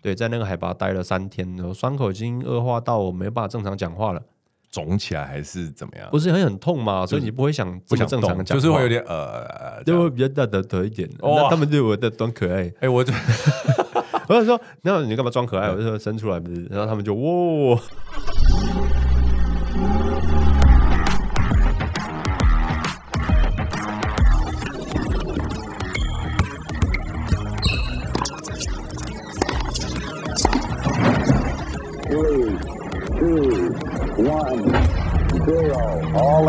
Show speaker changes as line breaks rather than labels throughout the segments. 对，在那个海拔待了三天，然后伤口已经恶化到我没办法正常讲话了，
肿起来还是怎么样？
不是很很痛嘛，所以你不会想
不
这么
想
正常
动，
讲
就
话，
是会有点呃，这
就
样
会比较大的得一点。
哇
那他们对我的装可爱，
哎，我这
我就说，那你干嘛装可爱？我就说伸出来不是，然后他们就哇。
three, two, one, zero. All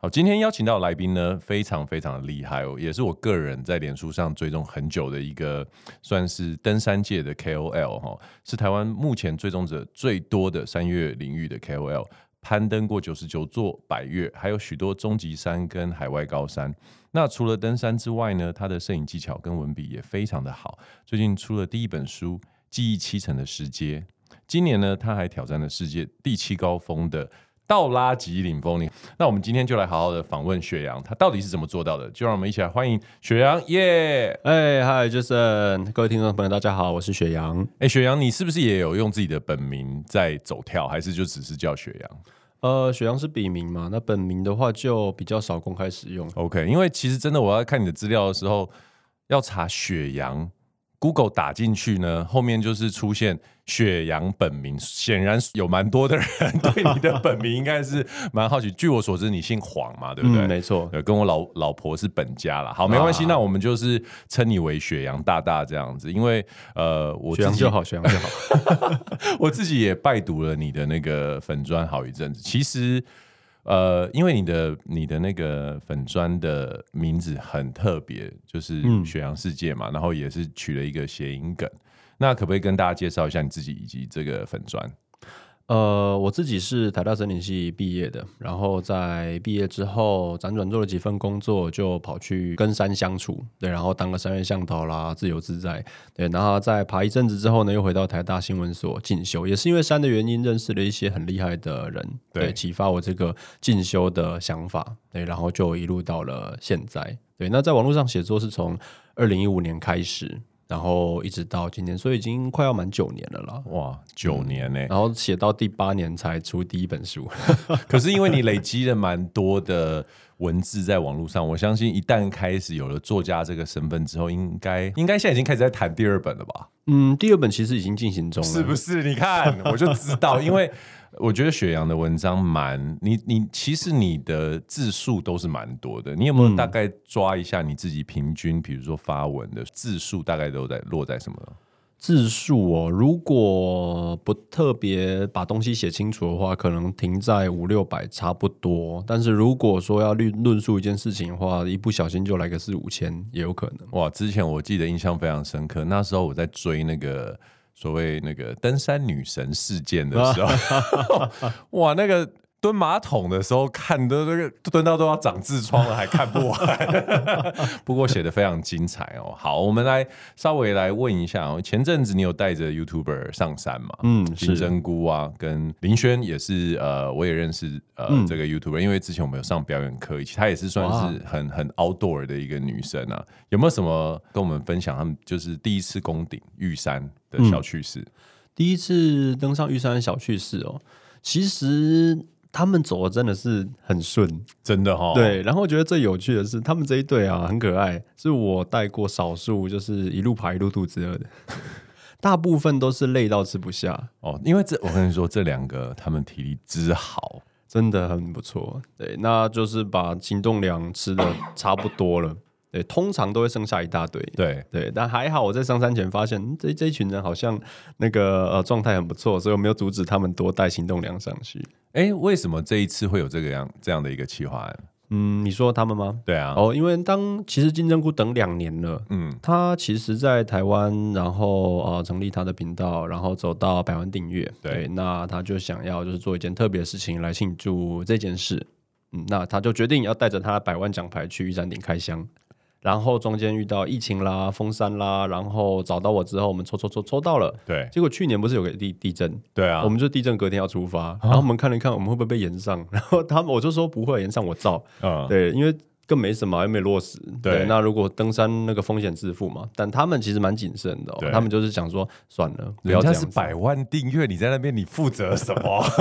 好，今天邀请到的来宾呢，非常非常的厉害哦，也是我个人在脸书上追踪很久的一个算是登山界的 KOL 哈，是台湾目前追踪者最多的山岳领域的 KOL，攀登过九十九座百岳，还有许多终极山跟海外高山。那除了登山之外呢，他的摄影技巧跟文笔也非常的好。最近出了第一本书《记忆七成的时间》，今年呢，他还挑战了世界第七高峰的道拉吉岭峰。你那我们今天就来好好的访问雪阳，他到底是怎么做到的？就让我们一起来欢迎雪阳耶！
哎，嗨，Jason，各位听众朋友，大家好，我是雪阳。
哎、雪阳，你是不是也有用自己的本名在走跳，还是就只是叫雪阳
呃，雪阳是笔名嘛，那本名的话就比较少公开使用。
？OK，因为其实真的我要看你的资料的时候，要查雪阳，Google 打进去呢，后面就是出现雪阳本名，显然有蛮多的人对你的本名应该是蛮好奇。据我所知，你姓黄嘛，对不对？
嗯，没错。
呃，跟我老老婆是本家啦。好，没关系，
啊
那我们就是称你为雪阳大大这样子，因为呃，我
雪
自
阳
己
就好，雪阳就好。
我自己也拜读了你的那个粉砖好一阵子。其实，呃，因为你的你的那个粉砖的名字很特别，就是“
嗯
雪阳世界”嘛，然后也是取了一个谐音梗。那可不可以跟大家介绍一下你自己以及这个粉砖？
呃，我自己是台大森林系毕业的，然后在毕业之后辗转做了几份工作，就跑去跟山相处，对，然后当个山岳向导啦，自由自在，对，然后在爬一阵子之后呢，又回到台大新闻所进修，也是因为山的原因，认识了一些很厉害的人，
对
对，启发我这个进修的想法，对，然后就一路到了现在，对，那在网络上写作是从二零一五年开始，然后一直到今天，所以已经快要满九年了啦，
哇，九年欸呢、
然后写到第八年才出第一本书。
可是因为你累积了蛮多的文字在网络上，我相信一旦开始有了作家这个身份之后，应该应该现在已经开始在谈第二本了吧？
嗯，第二本其实已经进行中了，
是不是？你看，我就知道，因为我觉得雪阳的文章蛮你你其实你的字数都是蛮多的，你有没有大概抓一下你自己平均，比如说发文的字数大概都在落在什么？
字数哦，如果不特别把东西写清楚的话，可能停在五六百差不多。但是如果说要论论述一件事情的话，一不小心就来个四五千也有可能。
哇，之前我记得印象非常深刻，那时候我在追那个所谓那个登山女神事件的时候，哇，那个蹲马桶的时候看的那个蹲到都要长痔疮了，还看不完。 不过写的非常精彩哦。好，我们来稍微来问一下哦，前阵子你有带着 YouTuber 上山嘛？
嗯
金
是
针菇啊，跟林轩也是呃，我也认识呃、
嗯
这个 YouTuber，因为之前我们有上表演课一起，她也是算是很很 outdoor 的一个女生啊。有没有什么跟我们分享他们就是第一次攻顶玉山的
嗯
小趣事？
第一次登上玉山的小趣事哦，其实他们走的真的是很顺，
真的哈、哦，
对，然后我觉得最有趣的是，他们这一队啊很可爱，是我带过少数就是一路爬一路肚子饿的， 大部分都是累到吃不下，
哦，因为这我跟你说，这两个他们体力之好，
真的很不错。对，那就是把行动粮吃的差不多了，对，通常都会剩下一大堆。
对。
对，但还好我在上山前发现，嗯这这一群人好像那个呃状态很不错，所以我没有阻止他们多带行动粮上去。
哎，为什么这一次会有这个样这样的一个企划案？
嗯，你说他们吗？
对啊，
哦，因为当其实金针菇等两年了，
嗯
他其实，在台湾，然后呃成立他的频道，然后走到百万订阅。
对
那他就想要就是做一件特别的事情来庆祝这件事。嗯，那他就决定要带着他的百万奖牌去玉山顶开箱。然后中间遇到疫情啦、封山啦，然后找到我之后，我们抽抽抽抽到了。
对
结果去年不是有个地地震，
对啊，
我们就地震隔天要出发，然后我们看了一看，我们会不会被延上？ 然后他们我就说不会延上，我照。
嗯
对，因为更没什么，又没落实。
对
那如果登山那个风险自负嘛，但他们其实蛮谨慎的、哦
对，
他们就是想说算了，不
人
要这
家
样
是
子。
百万订阅，你在那边你负责什么？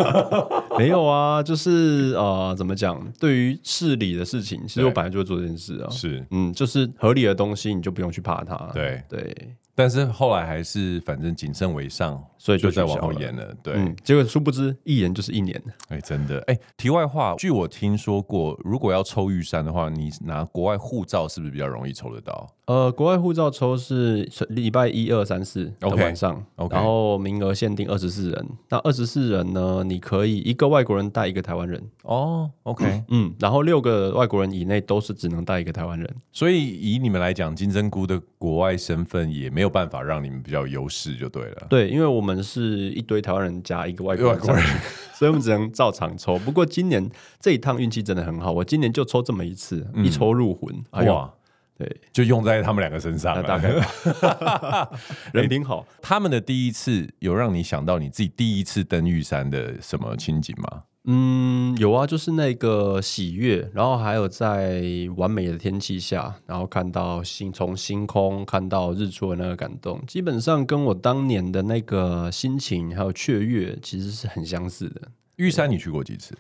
没有啊，就是呃，怎么讲？对于事理的事情，其实
对
我本来就会做这件事啊。
是，
嗯，就是合理的东西，你就不用去怕它。
对，
对，
但是后来还是反正谨慎为上，
所以
就
就
再往
取消
后
了
延了。对，哎、
嗯，结果殊不知一延就是一年。
真的，哎、题外话，据我听说过，如果要抽玉山的话，你拿国外护照是不是比较容易抽得到？
呃，国外护照抽是是礼拜一、二、三、四的
OK，
晚上
OK
然后名额限定二十四人。那二十四人呢，你可以一个外国人带一个台湾人，
哦，OK、o k
嗯，然后六个外国人以内都是只能带一个台湾人。
所以以你们来讲，金针菇的国外身份也没有办法让你们比较有优势，就对了。
对，因为我们是一堆台湾人加一个外国
外国人
人， 所以我们只能照常抽。不过今年这一趟运气真的很好，我今年就抽这么一次，一抽入魂，哎呦，
哇，
对，
就用在他们两个身上
那
了。
大概 人品好。
他们的第一次有让你想到你自己第一次登玉山的什么情景吗？
嗯，有啊，就是那个喜悦，然后还有在完美的天气下，然后看到星，从星空看到日出的那个感动，基本上跟我当年的那个心情还有雀跃其实是很相似的。
玉山你去过几 次？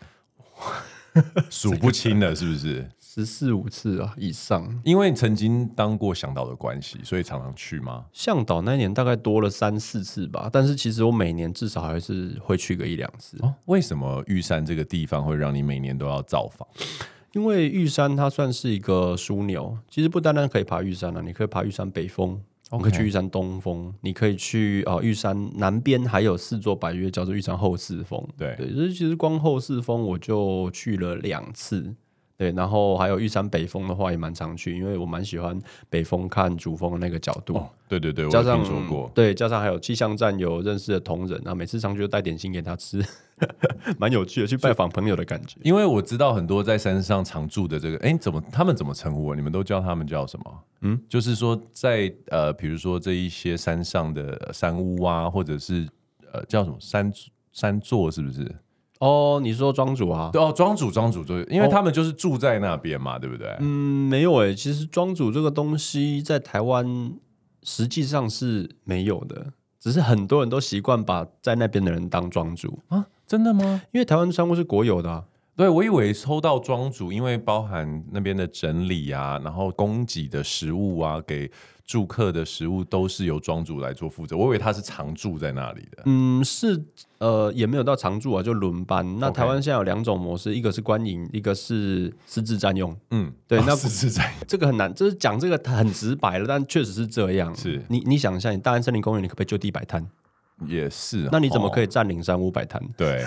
数不清了，是不是？
十四五次啊以上。
因为曾经当过向导的关系，所以常常去吗？
向导那一年大概多了三四次吧，但是其实我每年至少还是会去个一两次，
哦，为什么玉山这个地方会让你每年都要造访？
因为玉山它算是一个枢纽，其实不单单可以爬玉山了、啊你可以爬玉山北峰。你可以去玉山东峰，你可以去呃玉山南边，还有四座百岳，叫做玉山后四峰。
对
对，就是其实光后四峰我就去了两次，对，然后还有玉山北峰的话也蛮常去，因为我蛮喜欢北峰看主峰的那个角度。
对对对，我
加
有
上
听说过。
对，加上还有气象站有认识的同仁，然后每次上去就带点心给他吃， 蛮有趣的，去拜访朋友的感觉。
因为我知道很多在山上常住的这个，哎，怎么他们怎么称呼啊？你们都叫他们叫什么？嗯，就是说在呃，比如说这一些山上的呃山屋啊，或者是呃叫什么山山座，是不是？
哦，你说庄主啊？
对哦，庄主庄主对，哦因为他们就是住在那边嘛，对不对？
嗯，没有诶、其实庄主这个东西在台湾实际上是没有的，只是很多人都习惯把在那边的人当庄主，
啊，真的吗？
因为台湾商务是国有的、啊。
对，我以为抽到庄主，因为包含那边的整理啊，然后供给的食物啊，给住客的食物都是由庄主来做负责。我以为他是常住在那里的。
嗯，是呃，也没有到常驻啊，就轮班。那
OK
台湾现在有两种模式，一个是官营，一个是私自占用。
嗯，
对那
不 是在
这个很难，就是讲这个很直白了，但确实是这样。
是
你你想一下，你大安森林公园，你可不可以就地摆摊？
也是，
那你怎么可
以？
以占领山屋摆摊？
对，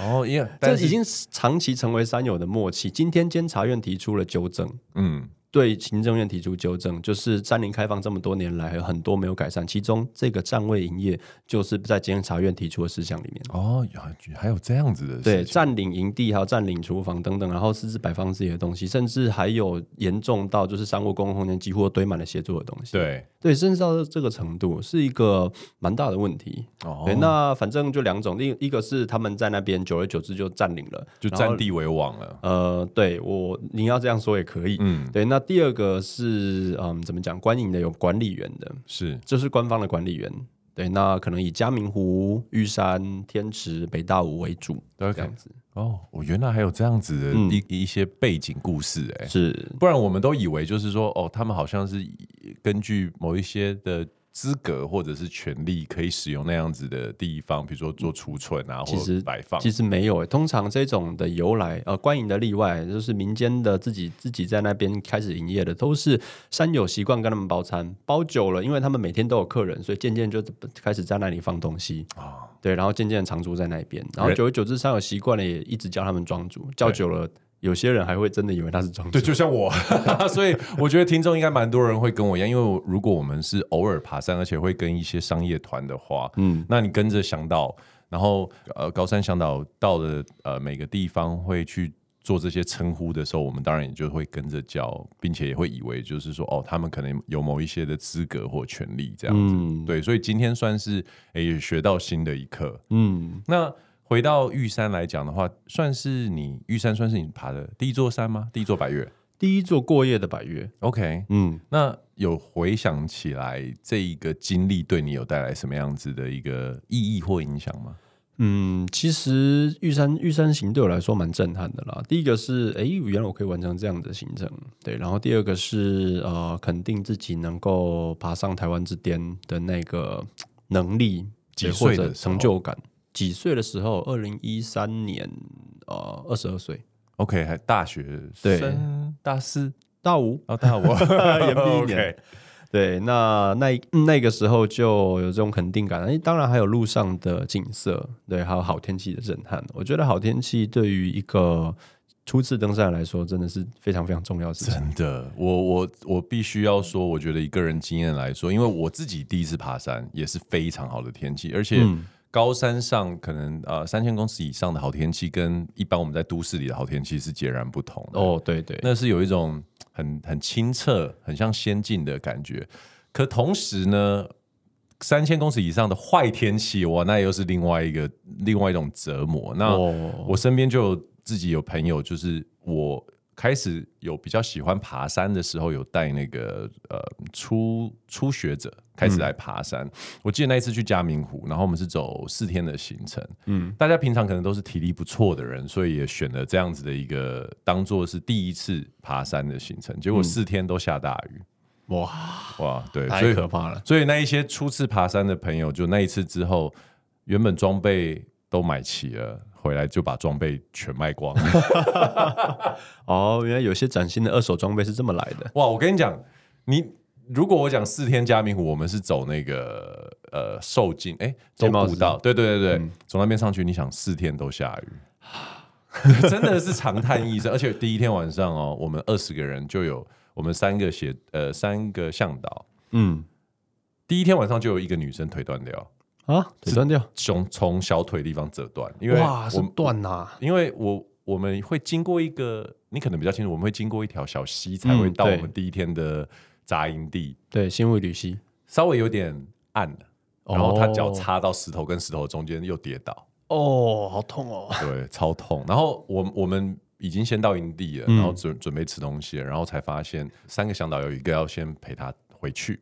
哦，因为
这
但是
已经是长期成为山友的默契。今天监察院提出了纠正，
嗯，
对行政院提出纠正，就是山林开放这么多年来有很多没有改善，其中这个占位营业就是在监察院提出的事项里面。
哦，有还有这样子的事
对，
情
占领营地，还有占领厨房等等，然后私自摆放自己的东西，甚至还有严重到就是商务公共空间几乎都堆满了协作的东西。
对
对，甚至到这个程度是一个蛮大的问题。
哦
对，那反正就两种，一一个是他们在那边久而久之就占领了，
就
然后
占。地为王了。
呃，对我，你要这样说也可以。
嗯，
对，那第二个是，嗯，怎么讲？官营的有管理员的，
是
就是官方的管理员。对，那可能以嘉明湖、玉山、天池、北大武为主，
OK
这样子
哦，我原来还有这样子的
嗯
一、一些背景故事哎、
是
不然我们都以为就是说哦，他们好像是根据某一些的。资格或者是权利可以使用那样子的地方，比如说做储存啊，或
嗯其实
者摆放。
其实没有诶、通常这种的由来，呃，官营的例外，就是民间的自己自己在那边开始营业的，都是山友习惯跟他们包餐，包久了，因为他们每天都有客人，所以渐渐就开始在那里放东西
哦
对，然后渐渐常住在那边，然后
人
久而久之，山友习惯了，也一直叫他们庄主，叫
对
久了有些人还会真的以为他是庄
对，
主。
就像我， 所以我觉得听众应该蛮多人会跟我一样，因为我如果我们是偶尔爬山，而且会跟一些商业团的话，嗯，那你跟着向导，然后呃高山向导到的呃每个地方会去做这些称呼的时候，我们当然也就会跟着叫，并且也会以为就是说哦，他们可能有某一些的资格或权利这样子，
嗯
对，所以今天算是诶、也学到新的一课。
嗯，
那回到玉山来讲的话，算是你玉山算是你爬的第一座山吗？第一座百岳
第一座过夜的百越，
？OK，
嗯，
那有回想起来这一个经历对你有带来什么样子的一个意义或影响吗？
嗯，其实玉山玉山行对我来说蛮震撼的啦。第一个是，诶，原来我可以完成这样的行程，对。然后第二个是，呃，肯定自己能够爬上台湾之巅的那个能力，
几
对或
岁的
者
时候
成就感。几岁的时候？二零一三年，呃，二十二岁，
OK，还大学
对
生大四，
大五。
哦，大我
延毕一年
OK
对，那那那个时候就有这种肯定感，哎，当然还有路上的景色，对，还有好天气的震撼。我觉得好天气对于一个初次登山来说，真的是非常非常重要的事情。
真的，我我我必须要说，我觉得以个人经验来说，因为我自己第一次爬山也是非常好的天气，而且
嗯
高山上可能呃三千公尺以上的好天气，跟一般我们在都市里的好天气是截然不同的。
哦，对对，
那是有一种很很清澈、很像仙境的感觉。可同时呢，三千公尺以上的坏天气，哇，那又是另外一个另外一种折磨。那
哦
我身边就有自己有朋友，就是我开始有比较喜欢爬山的时候，有带那个呃初初学者开
嗯
始来爬山。我记得那一次去嘉明湖，然后我们是走四天的行程，嗯，大家平常可能都是体力不错的人，所以也选了这样子的一个当做是第一次爬山的行程，结果四天都下大雨，
哇，
哇，对，所
嗯太
以
可怕了。
所以那一些初次爬山的朋友，就那一次之后，原本装备都买齐了，回来就把装备全卖光。
哦，原来有些崭新的二手装备是这么来的。
哇，我跟你讲，你如果我讲四天嘉明湖，我们是走那个呃受尽哎走
戒茂嗯
古
斯
道，对对对对，从那边上去，你想四天都下雨。 真的是长叹一声，而且第一天晚上哦，我们二十个人就有我们三个协呃三个向导，
嗯
第一天晚上就有一个女生腿断掉，
啊，腿断掉，
从从小腿地方折断，因为
哇，是
我们
断呐。
因为我我们会经过一个，你可能比较清楚，我们会经过一条小溪，才会
嗯
到我
对
们第一天的扎营地，
对，新物吕西，
稍微有点暗了。
哦
然后他脚插到石头跟石头中间，又跌倒，
哦，好痛哦。
对，超痛。然后我我们已经先到营地了，然
嗯
后准准备吃东西了，然后才发现三个向导有一个要先陪他回去，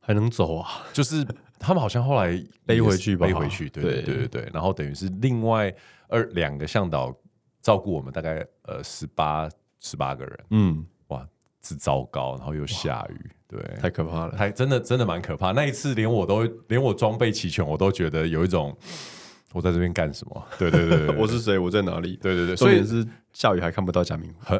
还能走啊？
就是他们好像后来
背
也是
回去吧
背回去，对对
对
对对对。然后等于是另外二两个向导照顾我们大概呃十八十八个人，
嗯，
哇，是糟糕，然后又下雨，对，
太可怕了。
还真的真的蛮可怕。那一次连我都连我装备齐全，我都觉得有一种我在这边干什么？对对对对对
我是谁？我在哪里？
对对对，
重
所以
点是下雨还看不到贾明湖。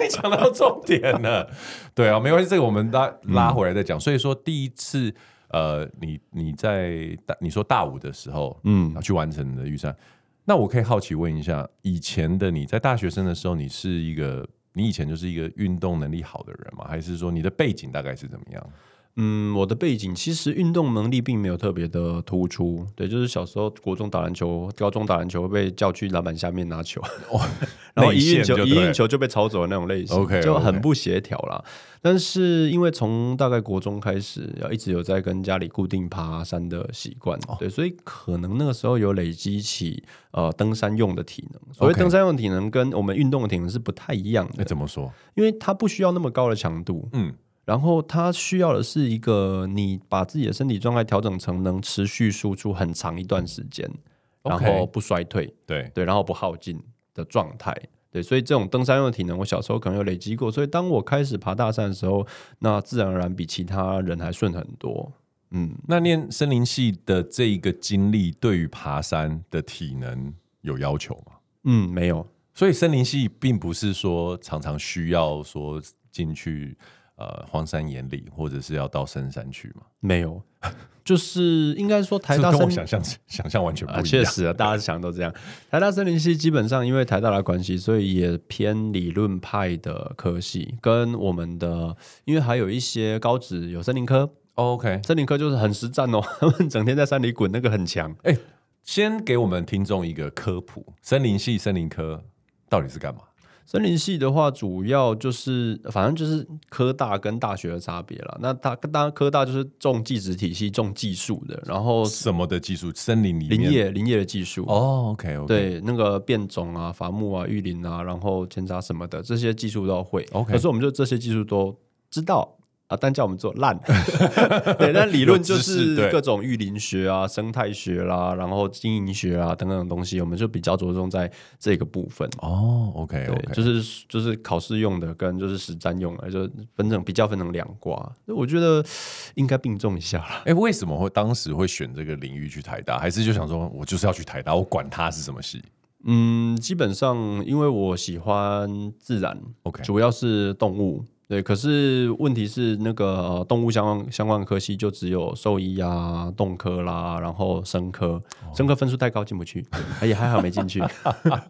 你讲到重点了，对啊，没关系，这个我们拉
嗯
拉回来再讲。所以说第一次，呃，你你在大你说大五的时候，嗯，去完成你的预算，那我可以好奇问一下，以前的你在大学生的时候，你是一个你以前就是一个运动能力好的人吗？还是说你的背景大概是怎么样？
嗯，我的背景其实运动能力并没有特别的突出，对，就是小时候国中打篮球，高中打篮球会被叫去篮板下面拿球，然后
内
一
线
运球
就
一
对
运球就被抄走的那种类型
OK，OK
就很不协调啦。但是因为从大概国中开始，要一直有在跟家里固定爬山的习惯，
哦
对，所以可能那个时候有累积起呃登山用的体能。所谓
OK
登山用的体能跟我们运动的体能是不太一样
那
的，
哎怎么说？
因为它不需要那么高的强度，
嗯，
然后它需要的是一个你把自己的身体状态调整成能持续输出很长一段时间，然
OK
后不衰退，
对，
对，然后不耗尽的状态。对，所以这种登山用的体能，我小时候可能有累积过，所以当我开始爬大山的时候，那自然而然比其他人还顺很多。嗯，
那念森林系的这一个经历，对于爬山的体能有要求吗？
嗯，没有，
所以森林系并不是说常常需要说进去呃荒山野岭，或者是要到深山去嘛？
没有， 就是应该说台
这
大
跟
森
我
林
想象想象完全不一
啊，
样。
确实啊，大家想都这样。台大森林系基本上因为台大的关系，所以也偏理论派的科系，跟我们的因为还有一些高职有森林科，
哦 OK，
森林科就是很实战哦，他们整天在山里滚，那个很强。
哎、先给我们听众一个科普：森林系、森林科到底是干嘛？
森林系的话，主要就是反正就是科大跟大学的差别了。那大当然科大就是重技职体系、重技术的，然后
什么的技术？森林里面
林业林业的技术
哦，OK OK，，
对，那个变种啊、伐木啊、育林啊，然后扦插什么的，这些技术都会。
OK
可是我们就这些技术都知道啊，但叫我们做烂。 对，但理论就
有知识
是
对
各种育林学啊、生态学啦、然后经营学啊等等的东西，我们就比较着重在这个部分。
哦，OK
对
OK，
就是就是考试用的跟就是实战用的，就是分成比较分成两挂。我觉得应该并重一下啦。
哎、为什么会当时会选这个领域去台大？还是就想说我就是要去台大，我管它是什么系？
嗯，基本上因为我喜欢自然
OK
主要是动物。对，可是问题是那个、呃动物相关相关的科系就只有兽医啊、动科啦，然后生科，
哦
生科分数太高进不去， 哎也还好没进去，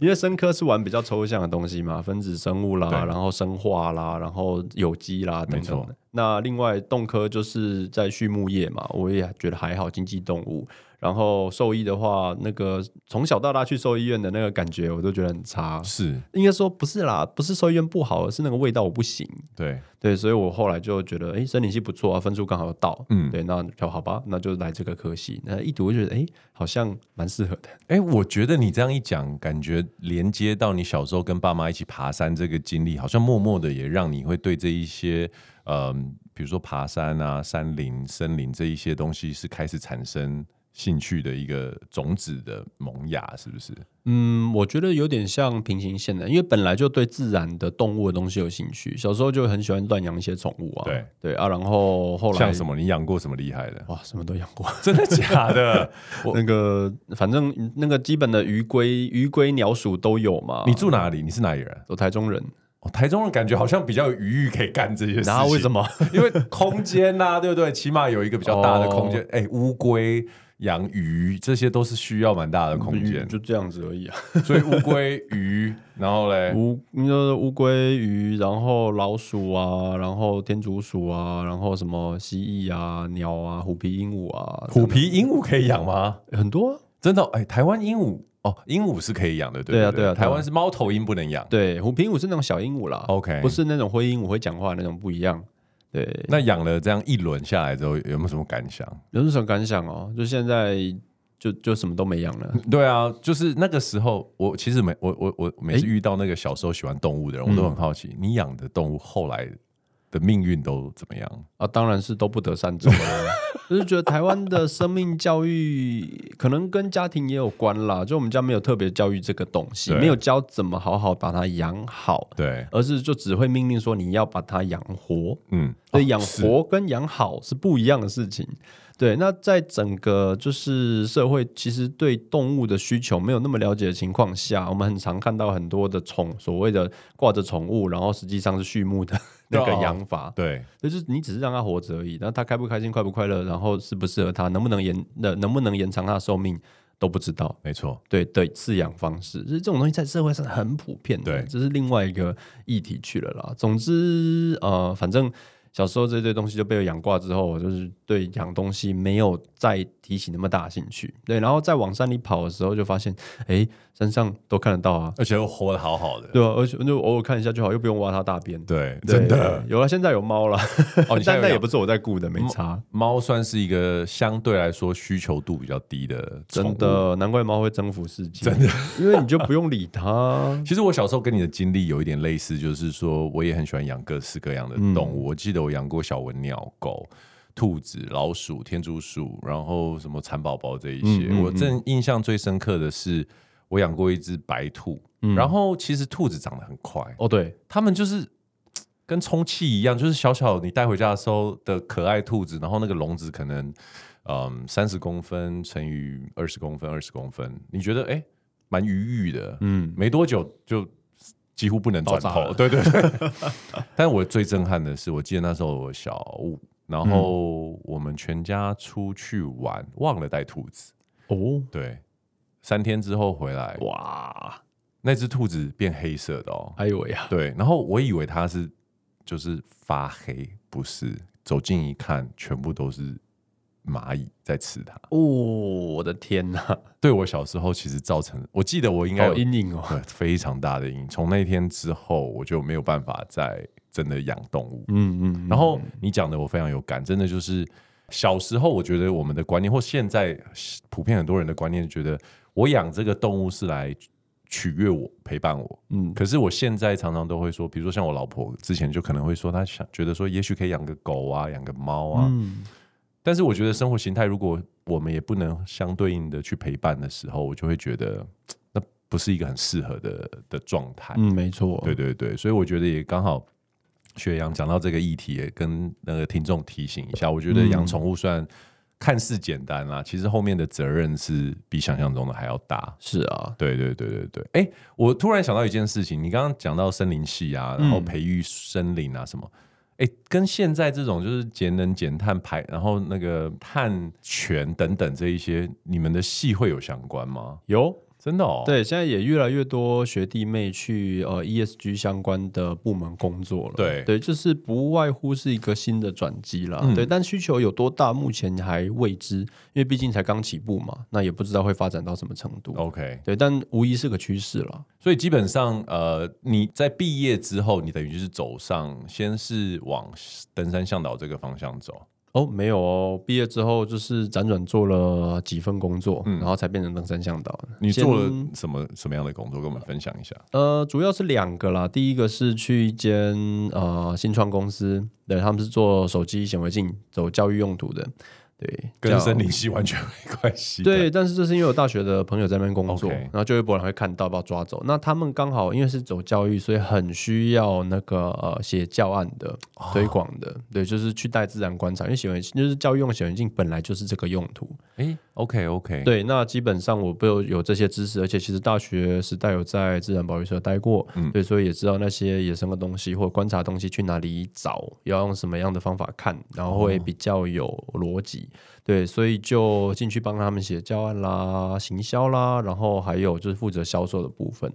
因为生科是玩比较抽象的东西嘛，分子生物啦，
对
然后生化啦，然后有机啦等等
没错
的。那另外动科就是在畜牧业嘛，我也觉得还好，经济动物。然后兽医的话，那个从小到大去兽医院的那个感觉，我都觉得很差。
是
应该说不是啦，不是兽医院不好，而是那个味道我不行。
对，
对，所以我后来就觉得，哎，森林系不错啊，分数刚好到，
嗯
嗯，对，那就好吧，那就来这个科系。那一读就觉得，哎，好像蛮适合的。
哎、我觉得你这样一讲，感觉连接到你小时候跟爸妈一起爬山这个经历，好像默默的也让你会对这一些，嗯、比如说爬山啊、山林、森林这一些东西，是开始产生兴趣的一个种子的萌芽，是不是？
嗯，我觉得有点像平行线的，因为本来就对自然的动物的东西有兴趣，小时候就很喜欢乱养一些宠物啊，
对
对啊，然后后来
像什么？你养过什么厉害的？
哇，什么都养过。
真的假 的？我
那个反正那个基本的鱼龟、鱼龟、鸟鼠都有嘛。
你住哪里？你是哪里人？
我台中人，
哦，台中人感觉好像比较有余裕可以干这些事情。
然后为什？么？
因为空间呐、对不对？起码有一个比较大的空间
哦。
哎、乌龟、养鱼，这些都是需要蛮大的空间。
就这样子而已啊。
所以乌龟、鱼，然后嘞，
乌，你说乌龟、鱼，然后老鼠啊，然后天竺鼠啊，然后什么蜥蜴啊、鸟啊、虎皮鹦鹉啊，
虎皮鹦鹉可以养吗？
很多、啊。
真的哦？哎、台湾鹦鹉哦，鹦鹉是可以养的，对不
对啊对啊对啊
台湾是猫头鹰不能养。
对，虎皮鹦鹉是那种小鹦鹉啦
OK
不是那种灰鹦鹉会讲话的那种，不一样。对，
那养了这样一轮下来之后，有没有什么感想？
有什么感想哦？就现在就就什么都没养了。
对啊，就是那个时候，我其实每我我我每次遇到那个小时候喜欢动物的人，我都很好奇，你养的动物后来的命运都怎么样？
啊，当然是都不得善终了。 就是觉得台湾的生命教育可能跟家庭也有关啦，就我们家没有特别教育这个东西，
对
没有教怎么好好把它养好，
对，
而是就只会命令说你要把它养活。
嗯，
所
哦
以养
是
活跟养好是不一样的事情。对，那在整个就是社会其实对动物的需求没有那么了解的情况下，我们很常看到很多的宠所谓的挂着宠物，然后实际上是畜牧的 那个
对啊
养法。
对，
就是你只是让它活着而已，那它开不开心、快不快乐，然后适不适合它，能不能延能能不能延长它的寿命都不知道。
没错，
对的饲养方式，就是这种东西在社会上很普遍的，
对
这是另外一个议题去了啦。总之，呃，反正小时候这堆东西就被我养挂之后，我就是对养东西没有再提起那么大的兴趣。对，然后在往山里跑的时候，就发现，哎，山上都看得到啊，
而且又活得好好的，
对吧、而且就偶尔看一下就好，又不用挖它大便。
对，
对
真的，
有了，啊现在有猫了，
哦你现在
但
有
那也
养
不是我在雇的，没差。
猫算是一个相对来说需求度比较低的，
真。的，难怪猫会征服世界。真的，因为你就不用理它。啊
其实我小时候跟你的经历有一点类似，就是说我也很喜欢养各式各样的动
嗯
物。我记得我养过小文鸟、狗、兔子、老鼠、天竺鼠，然后什么蚕宝宝这一些。
嗯嗯
我正印象最深刻的是，我养过一只白兔，
嗯
然后其实兔子长得很快，
哦，对，
它们就是。嘖跟充气一样，就是小小你带回家的时候的可爱兔子，然后那个笼子可能，嗯，三十公分乘以二十公分，二十公分，你觉得哎，蛮、愉悦的，
嗯，
没多久就几乎不能
爆
转
炸
头，
了
对对对。 但我最震撼的是，我记得那时候我小五，然后我们全家出去玩，忘了带兔子，
哦，
对，三天之后回来，
哇，
那只兔子变黑色的哦，
哎呦喂呀，
对，然后我以为它是就是发黑，不是，走近一看，全部都是蚂蚁在吃它。
哦，我的天哪，
对我小时候其实造成，我记得我应该
好
有
阴影哦，
对非常大的阴影。从那天之后，我就没有办法再真的养动物。
嗯嗯，
然后你讲的我非常有感，真的就是小时候，我觉得我们的观念，或现在普遍很多人的观念，觉得我养这个动物是来取悦我、陪伴我。
嗯
可是我现在常常都会说，比如说像我老婆之前就可能会说，她想觉得说，也许可以养个狗啊，养个猫啊。
嗯，
但是我觉得生活形态，如果我们也不能相对应的去陪伴的时候，我就会觉得那不是一个很适合的的状态。
嗯，没错，
对对对，所以我觉得也刚好，雪阳讲到这个议题，也跟那个听众提醒一下，我觉
嗯
得养宠物虽然看似简单啦，其实后面的责任是比想象中的还要大。
是啊，
对对对对对，哎，我突然想到一件事情，你刚刚讲到森林系啊，然后
嗯
培育森林啊什么，哎、跟现在这种就是节能减碳排，然后那个碳权等等这一些，你们的系会有相关吗？
有
真的哦，，
对，现在也越来越多学弟妹去呃 ESG 相关的部门工作了。
对
对，就是不外乎是一个新的转机啦。
嗯
对，但需求有多大，目前还未知，因为毕竟才刚起步嘛，那也不知道会发展到什么程度。
OK，
对，但无疑是个趋势了。
所以基本上，呃，你在毕业之后，你等于就是走上，先是往登山向导这个方向走。
哦，没有哦，毕业之后就是辗转做了几份工作，
嗯
然后才变成登山向导的。
你
先
做了什么什么样的工作？跟我们分享一下。
呃，主要是两个啦。第一个是去一间呃新创公司，对，他们是做手机显微镜，走教育用途的，对，
跟
叫
森林系完全没关系。
对，，但是这是因为我大学的朋友在那边工作
OK
然后就有波人会看到，把我抓走。那他们刚好因为是走教育，所以很需要那个呃写教案的推广的对，就是去带自然观察，因为显微镜就是教育用显微镜本来就是这个用途。
哎，OK OK，，
对，那基本上我不有有这些知识，而且其实大学时代有在自然保育社待过，对，所以也知道那些野生的东西或观察东西去哪里找，要用什么样的方法看，然后会比较有逻辑。对，所以就进去帮他们写教案啦、行销啦，然后还有就是负责销售的部分。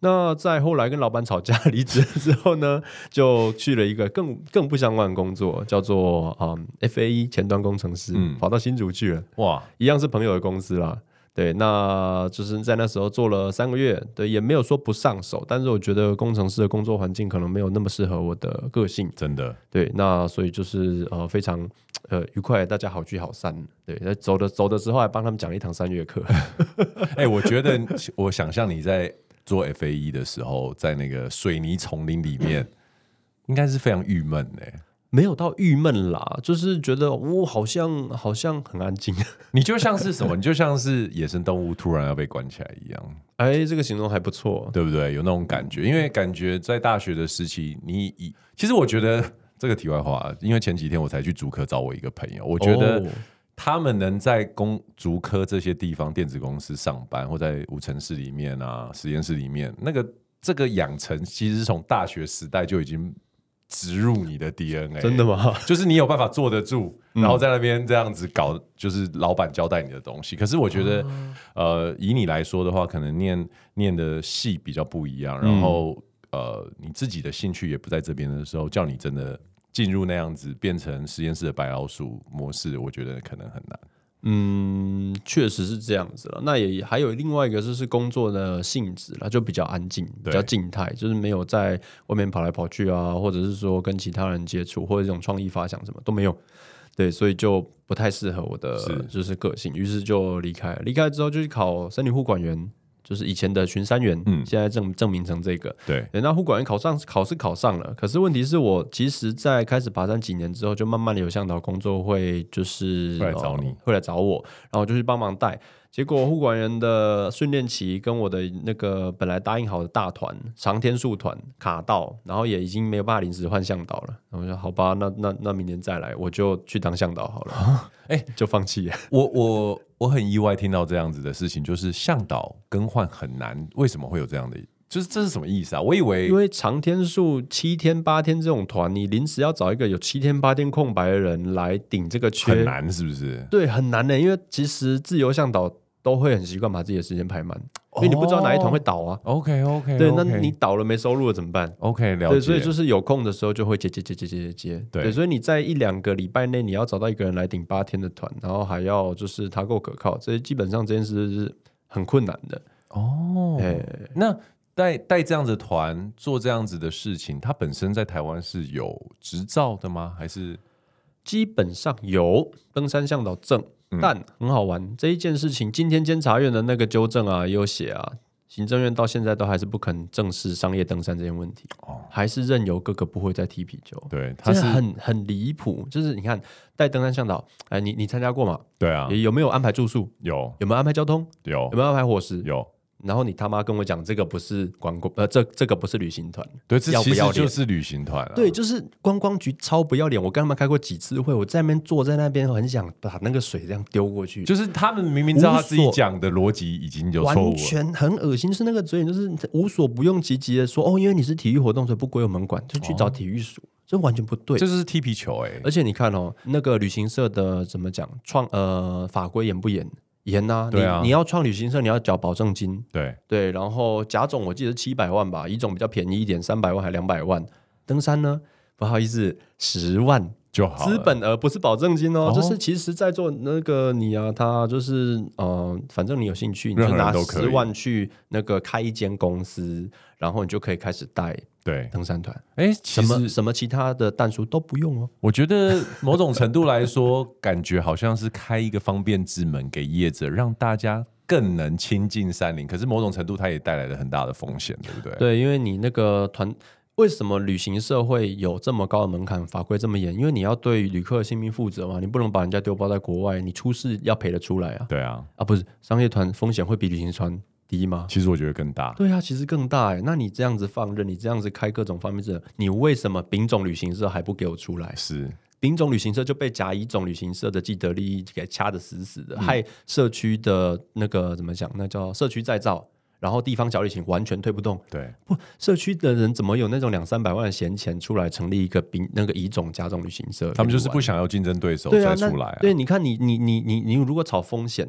那在后来跟老板吵架 离职之后呢，就去了一个更更不相关的工作，叫做嗯 FAE 前端工程师，
嗯
跑到新竹去了。
哇，
一样是朋友的公司啦。对，那就是在那时候做了三个月，对，也没有说不上手，但是我觉得工程师的工作环境可能没有那么适合我的个性，
真的，
对，那所以就是呃非常呃愉快，大家好聚好散，对，那走的走的时候还帮他们讲了一堂三月课，
哎，我觉得我想象你在做 FAE 的时候，在那个水泥丛林里面，应该是非常郁闷哎。
没有到郁闷啦，就是觉得哦好像好像很安静，
你就像是什么？你就像是野生动物突然要被关起来一样。
哎，这个形容还不错，
对不对？有那种感觉，因为感觉在大学的时期，你以其实我觉得这个题外话，因为前几天我才去竹科找我一个朋友，我觉得
哦
他们能在工竹科这些地方电子公司上班，或在无尘室里面啊、实验室里面，那个这个养成其实是从大学时代就已经植入你的 DNA，
真的嗯吗？
就是你有办法坐得住，然后在那边这样子搞，就是老板交代你的东西。可是我觉得，
哦
呃，以你来说的话，可能念念的系比较不一样，然后、
嗯
呃，你自己的兴趣也不在这边的时候，叫你真的进入那样子变成实验室的白老鼠模式，我觉得可能很难。
嗯，确实是这样子了。那也还有另外一个就是工作的性质啦，就比较安静，比较静态，就是没有在外面跑来跑去啊，或者是说跟其他人接触，或者这种创意发想什么都没有。对，所以就不太适合我的
是
就是个性，于是就离开了。离开之后就去考森林护管员，就是以前的巡山员，
嗯
现在证证明成这个。
对，
对，那护管员考上考试考上了，可是问题是我其实，在开始爬山几年之后，就慢慢的有向导工作会就是
会来找你
呃会来找我，然后我就去帮忙带。结果护管员的训练期跟我的那个本来答应好的大团长天数团卡到，然后也已经没有办法临时换向导了。然后我就说好吧，那那那明年再来，我就去当向导好了。
哎
就放弃了。
我我我很意外听到这样子的事情，就是向导更换很难，为什么会有这样的就是这是什么意思啊？我以为
因为长天数七天八天这种团，你临时要找一个有七天八天空白的人来顶这个缺，
很难，是不是？
对，很难的、因为其实自由向导都会很习惯把自己的时间排满，因为你不知道哪一团会倒啊。
OK OK，
对，那你倒了没收入了怎么办？
OK 哦了解，
对，所以就是有空的时候就会接接接接接接接。
对
所以你在一两个礼拜内，你要找到一个人来顶八天的团，然后还要就是他够可靠，这基本上这件事是很困难的。
哦，
哎、
那带带这样子的团做这样子的事情，它本身在台湾是有执照的吗？还是
基本上有登山向导证，
嗯
但很好玩这一件事情，今天监察院的那个纠正啊，也有写啊。行政院到现在都还是不肯正视商业登山这件问题，
哦
还是任由各个部会在踢皮球，
对，它
真
是
的很很离谱。就是你看带登山向导，哎，你你参加过吗？
对啊，
也有没有安排住宿？
有
有没有安排交通？
有
有没有安排伙食？
有，
然后你他妈跟我讲这个不是观光，呃，这这个不是旅行团，
对，这
要不
其实
要
就
脸？
是旅行团啊，
对，就是观光局超不要脸。我跟他们开过几次会，我在那边坐在那边，很想把那个水这样丢过去，
就是他们明明知道他自
无
己
所
讲的逻辑已经有错误
完
了，
全很恶心。是那个嘴脸，就是无所不用其极的说哦，因为哦你是体育活动，所以不归我们管，就去找体育
哦
署，这完全不对
这。就是踢皮球哎、
而且你看哦，那个旅行社的怎么讲创呃法规严不严？严呐、
对啊
你你要创旅行社，你要缴保证金，
对，
对，然后甲种我记得七百万吧，乙种比较便宜一点，三百万还两百万。登山呢，不好意思，十万
就好了
资本额不是保证金哦，
哦
就是其实在座那个你啊，他就是呃，反正你有兴趣，你
任
就
何人
拿
都可以
十万去那个开一间公司，然后你就可以开始带
对，
登山团，
哎、
什
其
么
实
什么其他的蛋叔都不用哦。
我觉得某种程度来说， 感觉好像是开一个方便之门给业者，让大家更能亲近山林。可是某种程度，它也带来了很大的风险，对不对？
对，因为你那个团。为什么旅行社会有这么高的门槛，法规这么严？因为你要对旅客的性命负责嘛，你不能把人家丢包在国外，你出事要赔得出来啊！
对啊，
啊，不是商业团风险会比旅行团低吗？
其实我觉得更大。
对啊，其实更大哎。那你这样子放任，你这样子开各种方面证，你为什么丙种旅行社还不给我出来？
是，
丙种旅行社就被甲乙种旅行社的既得利益给掐得死死的，
嗯
害社区的那个怎么讲？那叫社区再造，然后地方小旅行完全推不动。
对，
不，社区的人怎么有那种两三百万的闲钱出来成立一个丙那个乙种甲种旅行社？
他们就是不想要竞争对手
对啊
再，
那
出来啊。
对，你看你你你你你如果炒风险，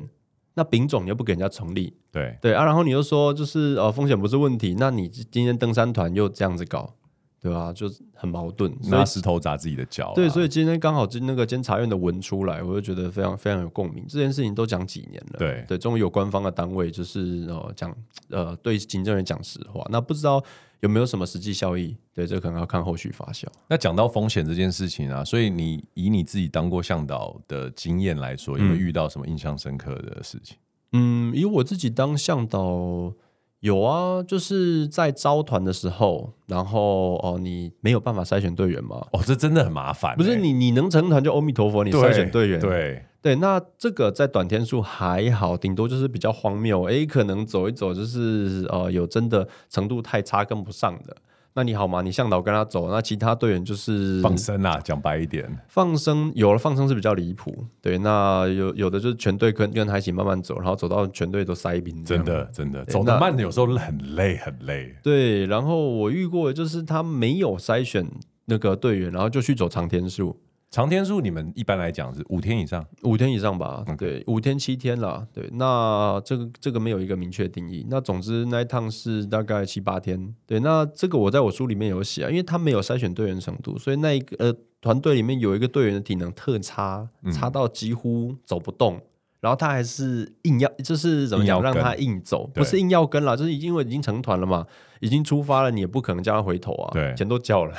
那丙种你又不给人家成立，
对，
对啊，然后你又说就是呃风险不是问题，那你今天登山团又这样子搞，对吧、就是很矛盾，所以
拿石头砸自己的脚啊。
对，所
以
以今天刚好今那个监察院的文出来，我就觉得非常非常有共鸣。这件事情都讲几年了，
对
对，终于有官方的单位就是呃讲呃对行政院讲实话，那不知道有没有什么实际效益？对，这可能要看后续发酵。
那讲到风险这件事情啊，所以你以你自己当过向导的经验来说，有没有遇到什么印象深刻的事情？
嗯，以我自己当向导，有啊，就是在招团的时候，然后哦你没有办法筛选队员嘛，
哦，这真的很麻烦欸、
不是你你能成团就阿弥陀佛，你
对
筛选队员。
对
对那这个在短天数还好，顶多就是比较荒谬，诶，可能走一走就是呃有真的程度太差跟不上的。那你好嘛，你向导跟他走，那其他队员就是
放生啦，讲白一点，
放生有了放生是比较离谱，对，那有有的就是全队跟跟他一起慢慢走，然后走到全队都塞冰，
真的真的
对
走得
那
慢的有时候很累很累。
对，然后我遇过的就是他没有筛选那个队员，然后就去走长天数，
长天数你们一般来讲是五天 以上，
五天以上吧，对，五天七天啦，对，那这个这个没有一个明确定义。那总之那一趟是大概七八天，对，那这个我在我书里面有写、啊，因为他没有筛选队员程度，所以那一个呃团队里面有一个队员的体能特差，
嗯
差到几乎走不动。然后他还是硬要，就是怎么
硬要
讲，让
跟
他硬走，
对
不是硬要跟啦，就是因为已经成团了嘛，已经出发了，你也不可能叫他回头啊，
对
钱都交了，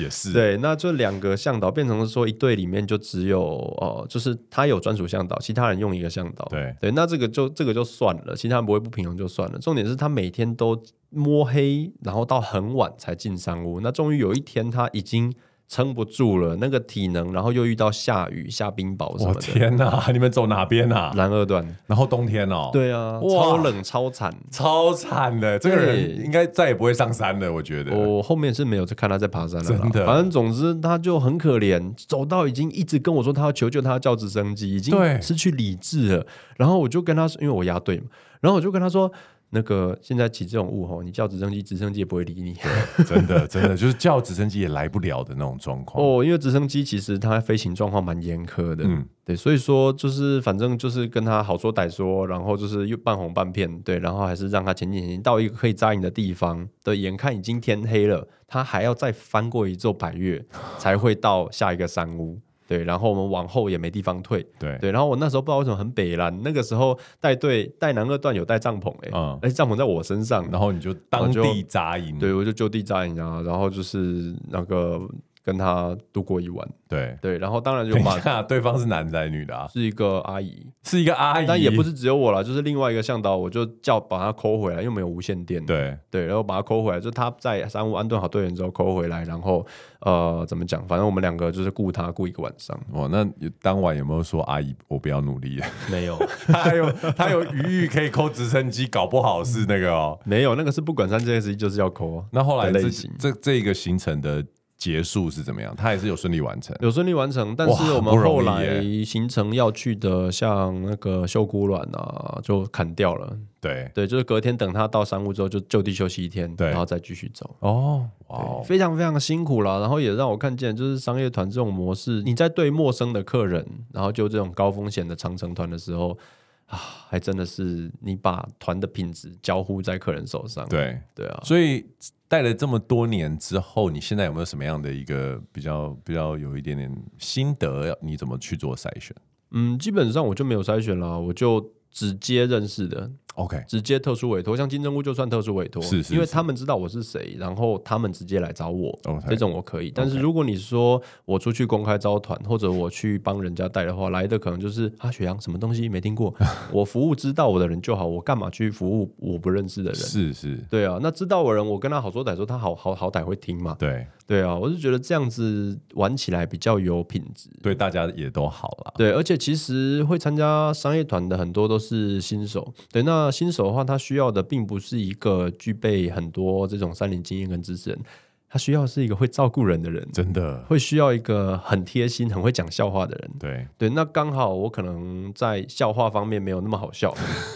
也是
对，那就两个向导变成了说一队里面就只有呃，就是他有专属向导，其他人用一个向导。
对
对，那这个就这个就算了，其他人不会不平衡就算了。重点是他每天都摸黑，然后到很晚才进山屋。那终于有一天他已经撑不住了，那个体能，然后又遇到下雨、下冰哦雹什
我
么的，
天哪、你们走哪边啊？
蓝二段。
然后冬天哦，，
对啊，
哇
超冷超惨。
超惨的，这个人
对哦
应该再也不会上山了，我觉得。
我后面是没有再看他在爬山了啦，
真的
反正总之他就很可怜，走到已经一直跟我说他要求救，他要叫直升机，已经
对
失去理智了。然后我就跟他说，因为我押队嘛，然后我就跟他说，那个现在起这种雾吼，你叫直升机，直升机也不会理你。
真的真的就是叫直升机也来不了的那种状况。
哦，因为直升机其实它飞行状况蛮严苛的，
嗯
对，所以说就是反正就是跟他好说歹说，然后就是又半红半片，对，然后还是让他前进前进到一个可以扎营的地方的，眼看已经天黑了，他还要再翻过一座百越才会到下一个山屋。对，然后我们往后也没地方退。
对
对，然后我那时候不知道为什么很北蓝，那个时候带队带南二段有带帐篷、欸，哎、
嗯
而且帐篷在我身上，
然后你就当地扎营，
对，我就就地扎营啊，然后就是那个跟他度过一晚，
对。
对，然后当然就
等一
把
下，对方是男的还是女的啊？
是一个阿姨，
是一个阿姨，
但也不是只有我啦，就是另外一个向导，我就叫把他抠回来，又没有无线电，
对
对，然后把他抠回来，就他在山屋安顿好队员之后抠回来，然后呃怎么讲，反正我们两个就是顾他顾一个晚上，
哇。哦那当晚有没有说阿姨，我不要努力了？
没有
他还有他有余裕可以抠直升机，搞不好是那个哦。
没有，那个是不管三七二十一就是要啊抠，
那后来
的
这
类型
这这个行程的结束是怎么样？他也是有顺利完成。
有顺利完成，但是
哇
我们
不容易
后来
耶
行程要去的像那个秀姑卵啊，就砍掉了。
对，
对，就是隔天等他到山屋之后，就就地休息一天，
对
然后再继续走。
哦，哇哦，
非常非常辛苦啦，然后也让我看见，就是商业团这种模式，你在对陌生的客人，然后就这种高风险的长程团的时候，啊，还真的是你把团的品质交互在客人手上。
对，
对啊，
所以带了这么多年之后，你现在有没有什么样的一个比较比较有一点点心得？你怎么去做筛选
嗯，基本上我就没有筛选啦，我就直接认识的，
？OK，
直接特殊委托，像金针菇就算特殊委托，
是是
因为
是
他们知道我是谁，然后他们直接来找我
哦 OK
这种我可以。但是如果你说我出去公开招团，或者我去帮人家带的话，来的可能就是啊，雪阳什么东西没听 过，我服务知道我的人就好，我干嘛去服务我不认识的人？
是是，
对啊，那知道我的人，我跟他好说歹说，他好好好歹会听嘛。
对
对啊，我是觉得这样子玩起来比较有品质。
对，大家也都好了。
对，而且其实会参加商业团的很多都是新手。对，那新手的话，他需要的并不是一个具备很多这种山林经验跟知识的人，他需要是一个会照顾人的人，
真的，
会需要一个很贴心、很会讲笑话的人。
对
对，那刚好我可能在笑话方面没有那么好笑，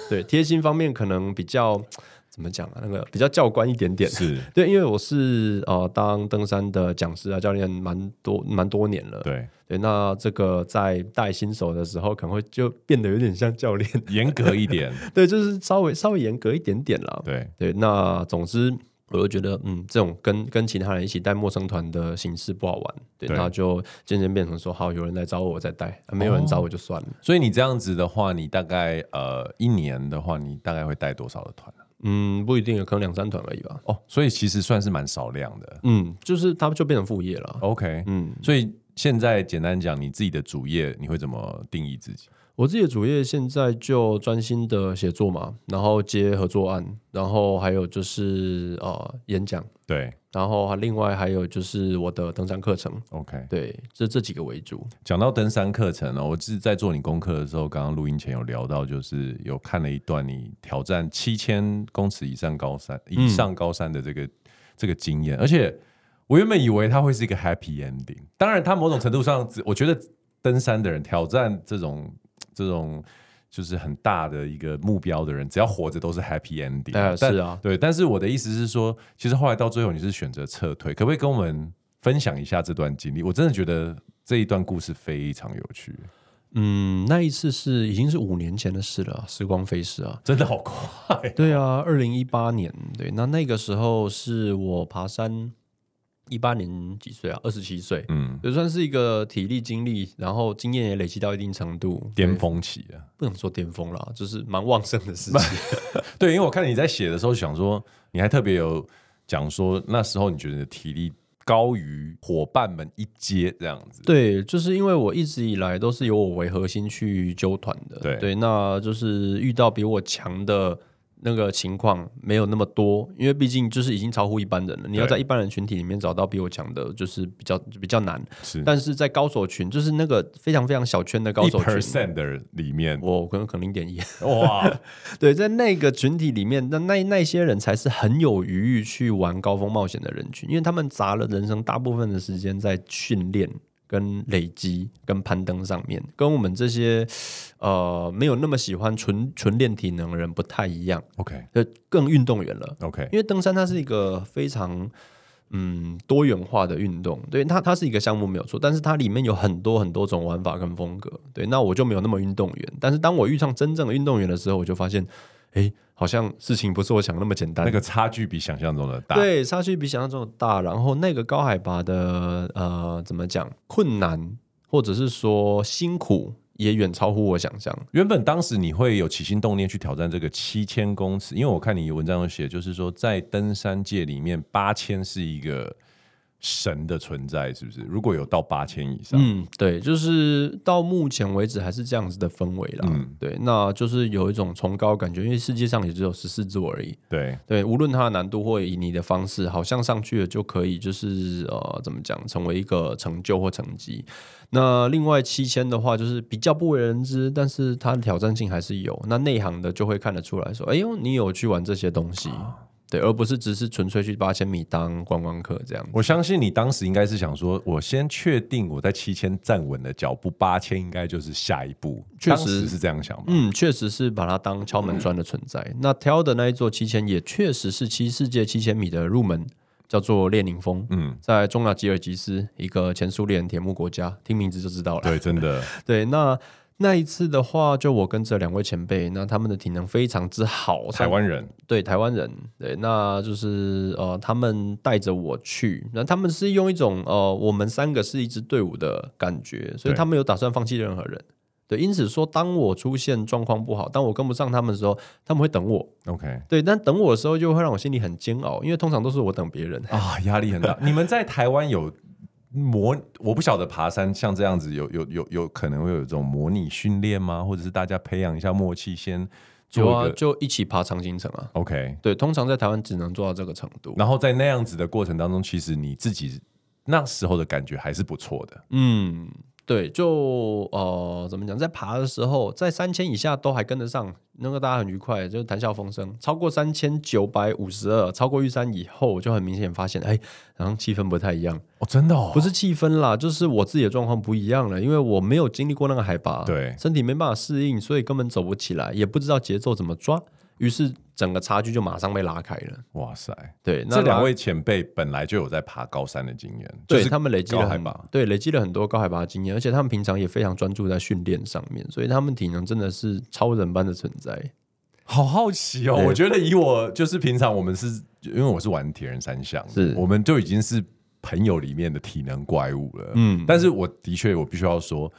对，贴心方面可能比较怎么讲啊？那个比较教官一点点。
是，
对，因为我是呃当登山的讲师啊教练蛮多蛮多年了，
对，
对，那这个在带新手的时候，可能会就变得有点像教练，
严格一点，
对，就是稍微稍微严格一点点啦。
对
对，那总之，我就觉得，嗯，这种跟跟其他人一起带陌生团的形式不好玩，对，
对
那就渐渐变成说，好，有人来找我，我再带；啊没有人找我就算了。
所以你这样子的话，你大概呃一年的话，你大概会带多少的团啊、
嗯，不一定，可能两三团而已吧。
哦，所以其实算是蛮少量的。
嗯，就是他们就变成副业了。
OK，
嗯，
所以现在简单讲，你自己的主业你会怎么定义自己？
我自己的主业现在就专心的写作嘛，然后接合作案，然后还有就是呃演讲。
对
然后另外还有就是我的登山课程，
，OK。
对，这这几个为主。
讲到登山课程哦呢、我是在做你功课的时候，刚刚录音前有聊到，就是有看了一段你挑战七千公尺以上高山、以上高山的这个这个经验，而且我原本以为它会是一个 happy ending，当然它某种程度上，只我觉得登山的人挑战这种这种。就是很大的一个目标的人，只要活着都是 happy ending。
哎
但
是啊
对。但是我的意思是说，其实后来到最后你是选择撤退，可不可以跟我们分享一下这段经历？我真的觉得这一段故事非常有趣，
嗯，那一次是已经是五年前的事了啊，时光飞逝啊。
真的好快。
对啊，二零一八年，对，那那个时候是我爬山，一八年几岁啊？二十七岁，
嗯，
也算是一个体力、精力，然后经验也累积到一定程度，
巅
对，
峰期啊。
不能说巅峰啦，就是蛮旺盛的事情。
对，因为我看你在写的时候，想说你还特别有讲说那时候你觉得你的体力高于伙伴们一阶这样子。
对，就是因为我一直以来都是由我为核心去纠团的，
对
那就是遇到比我强的那个情况没有那么多，因为毕竟就是已经超乎一般人了。你要
对
在一般人群体里面找到比我强的，就是比较比较难。
是
但是在高手群，就是那个非常非常小圈的高
一
手群。
percent 的里面，
我可能可能零点一，
哇，
对，在那个群体里面，那那那些人才是很有余裕去玩高峰冒险的人群，因为他们砸了人生大部分的时间在训练跟累积、跟攀登上面，跟我们这些呃没有那么喜欢纯纯练体能的人不太一样，
OK
就更运动员了。
OK，
因为登山它是一个非常嗯多元化的运动，对它它是一个项目没有错，但是它里面有很多很多种玩法跟风格，对，那我就没有那么运动员，但是当我遇上真正的运动员的时候，我就发现，哎、好像事情不是我想那么简单，
那个差距比想象中的大。
对，差距比想象中的大。然后那个高海拔的呃，怎么讲，困难或者是说辛苦，也远超乎我想象。
原本当时你会有起心动念去挑战这个七千公尺，因为我看你文章有写，就是说在登山界里面，八千是一个神的存在，是不是？如果有到八千以上，
嗯，对，就是到目前为止还是这样子的氛围啦。
嗯
对，那就是有一种崇高感觉，因为世界上也只有十四座而已。
对，
对，无论它的难度或以你的方式，好像上去了就可以，就是呃，怎么讲，成为一个成就或成绩。那另外七千的话，就是比较不为人知，但是它的挑战性还是有。那内行的就会看得出来说，哎呦，你有去玩这些东西，对，而不是只是纯粹去八千米当观光客这样子。
我相信你当时应该是想说，我先确定我在七千站稳了脚步，八千应该就是下一步。
确实
当时是这样想吧？
嗯，确实是把它当敲门砖的存在。那挑的那一座七千也确实是七世界七千米的入门，叫做列宁峰。
嗯，
在中亚吉尔吉斯，一个前苏联铁幕国家，听名字就知道了。
对，真的，
对，那那一次的话，就我跟这两位前辈，那他们的体能非常之好，
台湾人
对台湾人，对，那就是呃，他们带着我去，那他们是用一种呃，我们三个是一支队伍的感觉，所以
对
他们有打算放弃任何人。对，因此说，当我出现状况不好，当我跟不上他们的时候，他们会等我。
，OK
对，但等我的时候，就会让我心里很煎熬，因为通常都是我等别人。
啊，压力很大。你们在台湾有模，我不晓得爬山像这样子有有有有可能会有这种模拟训练吗？或者是大家培养一下默契，先
有
做
啊
一，个、
就一起爬长青城啊。
OK。
对，通常在台湾只能做到这个程度。
然后在那样子的过程当中，其实你自己那时候的感觉还是不错的。
嗯，对，就呃，怎么讲，在爬的时候，在三千以下都还跟得上，那个大家很愉快，就是谈笑风生。超过三千九百五十二，超过玉山以后，我就很明显发现，哎，然后气氛不太一样，
哦，真的哦，
不是气氛啦，就是我自己的状况不一样了，因为我没有经历过那个海拔，
对
身体没办法适应，所以根本走不起来，也不知道节奏怎么抓，于是整个差距就马上被拉开了。
哇塞，
对，那
这两
拉
位前辈本来就有在爬高山的经验，
对、
就是
他们累积了
高海
很
拔，
对累积了很多高海拔的经验，而且他们平常也非常专注在训练上面，所以他们体能真的是超人般的存在。
好好奇哦！
对
我觉得以我就是平常我们是因为我是玩铁人三项，
是
我们就已经是朋友里面的体能怪物了。
嗯
但是我的确我必须要说，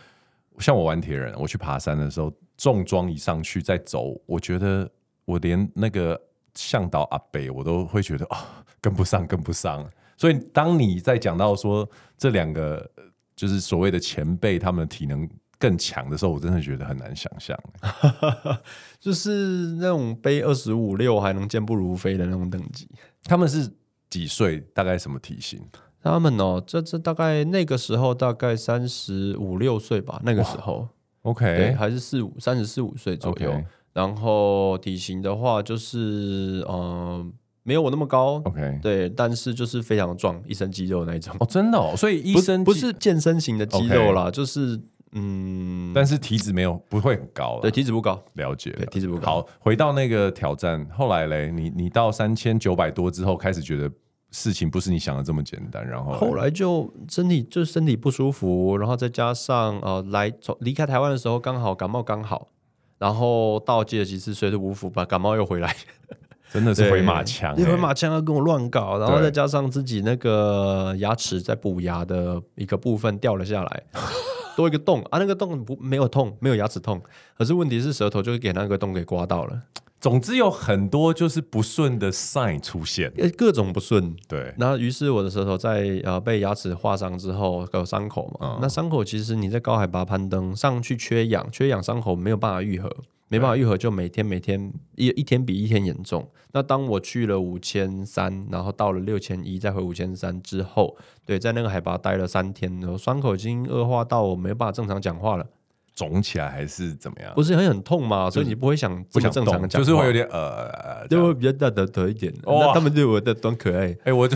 像我玩铁人，我去爬山的时候，重装一上去再走，我觉得我连那个向导阿北我都会觉得哦跟不上，跟不上。 所以当你在讲到说这两个呃就是所谓的前辈他们的体能更强的时候，我真的觉得很难想象。
就是那种背二十五六还能健步如飞的那种等级。
他们是几岁？大概什么体型？
他们哦，这这大概那个时候大概三十五六岁吧，那个时候
OK，
对，还是四五三十四五岁左右。
OK
然后体型的话，就是嗯、呃没有我那么高
OK
对，但是就是非常壮，一身肌肉那一种。
哦，真的哦，所以医
不是
生
不
肌
是，健身型的肌肉啦就是嗯，
但是体脂没有不会很高啦啊
对体脂不高，
了解了
对体脂不高。
好，回到那个挑战，后来嘞，你你到三千九百多之后，开始觉得事情不是你想的这么简单，然后嘞
后来就身体就身体不舒服，然后再加上呃来从离开台湾的时候刚好感冒刚好，然后到吉尔吉斯水土不服，把感冒又回来，
真的是回马 枪、
对
欸
回马枪要跟我乱搞，然后
对
再加上自己那个牙齿在补牙的一个部分掉了下来，多一个洞啊，那个洞不没有痛，没有牙齿痛，可是问题是舌头就给那个洞给刮到 了，
总之有很多就是不顺的 sign 出现，
呃各种不顺，
对，
那于是我的舌头在呃被牙齿划伤之后有伤口嘛，
嗯
那伤口其实你在高海拔攀登上去缺氧，缺氧伤口没有办法愈合，没办法愈合就每天每天一一天比一天严重。那当我去了五千三，然后到了六千一，再回五千三之后，对，在那个海拔待了三天，然后伤口已经恶化到我没有办法正常讲话了，
嗯肿起来还是怎么样？
不是很很痛嘛，所以你不会想这
不
么
想
正常
动
地讲
就
话，
是会有点呃，这
就
样
会比较大的头一点。
哇
那他们对我的端可爱。
哎、我这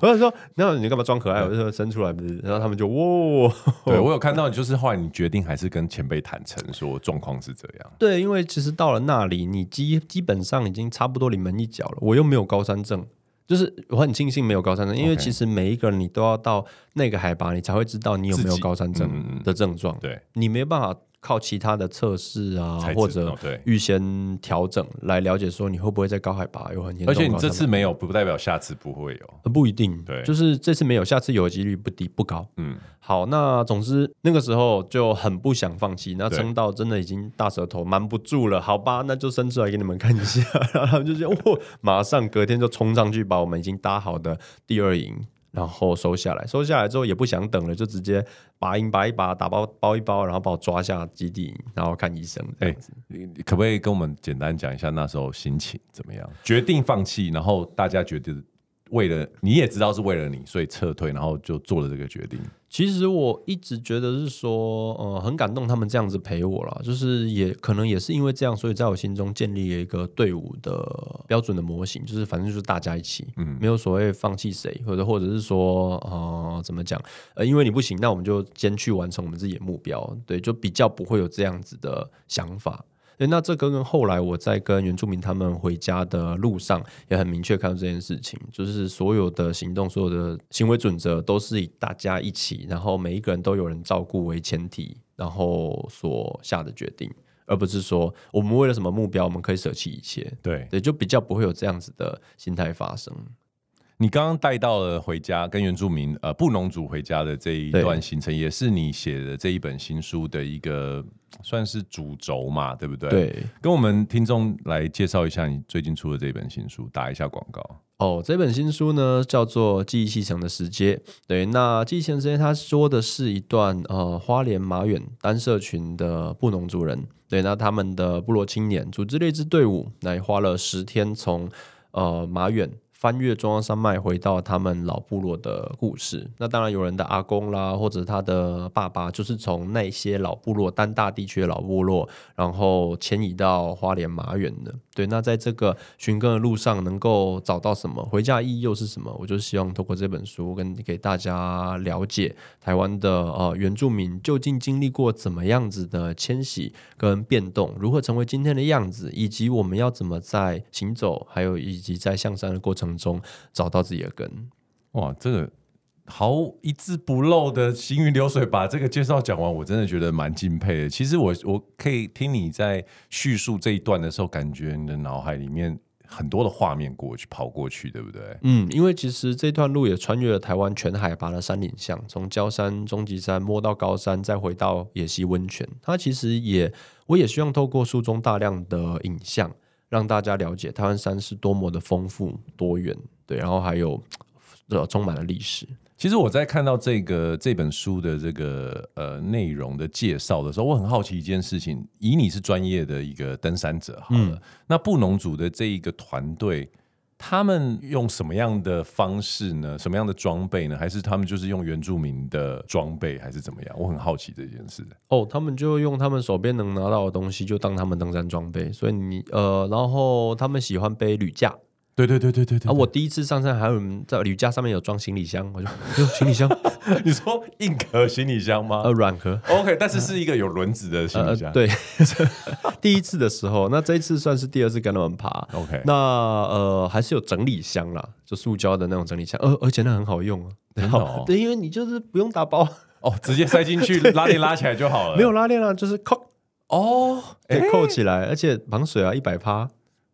我就说，那你干嘛装可爱？我就说生出来不是，然后他们就哦哇，
对我有看到，就是后来你决定还是跟前辈坦诚说状况是这样，
对，因为其实到了那里，你基基本上已经差不多临门一脚了。我又没有高山症，就是我很庆幸没有高山症，因为
OK
其实每一个人你都要到那个海拔，你才会知道你有没
自
有
己
高山
嗯嗯
症
嗯
的症状。
对，
你没办法靠其他的测试啊
才，知
或者
道对
预先调整来了解说你会不会在高海拔有很严重的高山
而
症。
且你这次没有，不代表下次不会有。
呃不一定，
对
就是这次没有，下次有的几率不低不高。
嗯，
好，那总之那个时候就很不想放弃，那
对
撑到真的已经大舌头瞒不住了，好吧，那就伸出来给你们看一下， 然后他们就觉得哇，马上隔天就冲上去把我们已经搭好的第二营。然后收下来，收下来之后也不想等了，就直接拔营拔一拔，打包包一包，然后把我抓下基地营，然后看医生。
哎、
哎、
你你可不可以跟我们简单讲一下那时候心情怎么样？决定放弃，然后大家觉得为了你也知道是为了你，所以撤退，然后就做了这个决定。
其实我一直觉得是说，呃，很感动他们这样子陪我啦，就是也可能也是因为这样，所以在我心中建立了一个队伍的标准的模型，就是反正就是大家一起，嗯，没有所谓放弃谁，或者或者是说，呃，怎么讲，呃，因为你不行，那我们就先去完成我们自己的目标，对，就比较不会有这样子的想法。对，那这个跟后来我在跟原住民他们回家的路上，也很明确看到这件事情，就是所有的行动、所有的行为准则，都是以大家一起，然后每一个人都有人照顾为前提，然后所下的决定，而不是说我们为了什么目标，我们可以舍弃一切。
对
对，就比较不会有这样子的心态发生。
你刚刚带到了回家跟原住民呃布农族回家的这一段
对
行程，也是你写的这一本新书的一个算是主轴嘛，对不对？，
对，
跟我们听众来介绍一下你最近出的这本新书，打一下广告。
哦，这本新书呢叫做《记忆砌成的时间》。对，那《记忆砌成的时间》它说的是一段呃花莲马远单社群的布农族人，对，那他们的部落青年组织了一支队伍，那也花了十天从呃马远。翻越中央山脉回到他们老部落的故事，那当然有人的阿公啦，或者他的爸爸，就是从那些老部落、丹大地区的老部落，然后迁移到花莲马远的。对，那在这个寻根的路上，能够找到什么？回家的意义又是什么？我就希望透过这本书跟给大家了解台湾的呃原住民究竟经历过怎么样子的迁徙跟变动，如何成为今天的样子，以及我们要怎么在行走，还有以及在向山的过程中找到自己的根。
哇，这个毫一字不漏的行云流水把这个介绍讲完，我真的觉得蛮敬佩的。其实我我可以听你在叙述这一段的时候，感觉你的脑海里面很多的画面过去跑过去，对不对？
嗯，因为其实这段路也穿越了台湾全海拔的山岭巷，从焦山、终极山摸到高山，再回到野溪温泉。它其实也，我也希望透过书中大量的影像，让大家了解台湾山是多么的丰富多元，对，然后还有呃充满了历史。
其实我在看到这个这本书的这个呃内容的介绍的时候，我很好奇一件事情：以你是专业的一个登山者，好了，
嗯
那布农族的这一个团队，他们用什么样的方式呢？什么样的装备呢？还是他们就是用原住民的装备，还是怎么样？我很好奇这件事。
哦，他们就用他们手边能拿到的东西，就当他们登山装备。所以你呃，然后他们喜欢背铝架，
对对对对对对
啊，我第一次上山还有人在铝架上面有装行李箱，我就哟行李箱，
你说硬壳行李箱吗、
呃软壳。
o k 但是是一个有轮子的行
呃
李，箱。
对， 第一次的时候，那这一次算是第二次跟他们爬。
OK
那呃还是有整理箱啦，就塑胶的那种整理箱，而、而且那很好用啊。
真的哦
对，因为你就是不用打包，
哦，直接塞进 去，拉链拉起来就好了。
没有哎拉链啊，就是扣
哦，
可以扣起来，而且防水啊，一百趴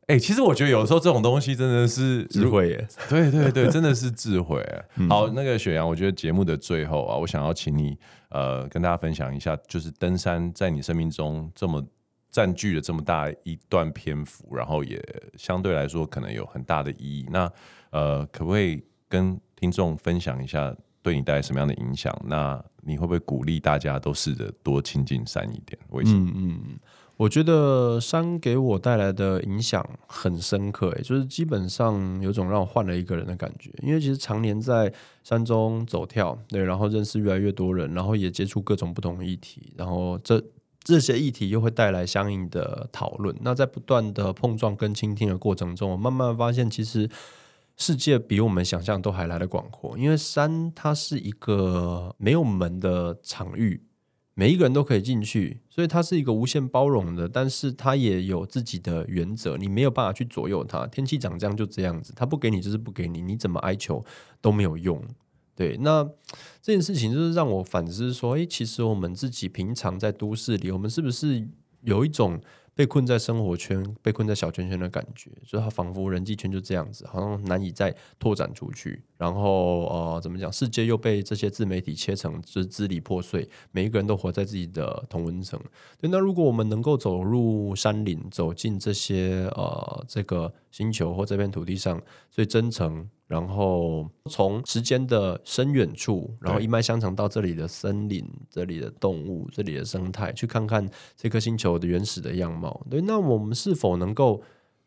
哎、其实我觉得有时候这种东西真的是
智，慧嗯耶。
对对对，真的是智慧。啊 好，那个雪阳，我觉得节目的最后啊，我想要请你呃跟大家分享一下，就是登山在你生命中这么占据了这么大一段篇幅，然后也相对来说可能有很大的意义。那呃，可不可以跟听众分享一下对你带来什么样的影响？那你会不会鼓励大家都试着多亲近山一点？为什么？
嗯嗯，嗯我觉得山给我带来的影响很深刻、欸，就是基本上有种让我换了一个人的感觉。因为其实常年在山中走跳，对，然后认识越来越多人，然后也接触各种不同的议题，然后这。这些议题又会带来相应的讨论。那在不断的碰撞跟倾听的过程中，我慢慢发现，其实世界比我们想象都还来得广阔，因为山它是一个没有门的场域，每一个人都可以进去，所以它是一个无限包容的，但是它也有自己的原则，你没有办法去左右它。天气长这样就这样子，它不给你就是不给你，你怎么哀求都没有用。对，那这件事情就是让我反思说，诶，其实我们自己平常在都市里，我们是不是有一种被困在生活圈、被困在小圈圈的感觉？就是它仿佛人际圈就这样子，好像难以再拓展出去。然后呃，怎么讲？世界又被这些自媒体切成就是支离破碎，每一个人都活在自己的同温层。对，那如果我们能够走入山林，走进这些呃这个星球或这片土地上最真诚，然后从时间的深远处，然后一脉相承到这里的森林、这里的动物、这里的生态，去看看这颗星球的原始的样貌。对，那我们是否能够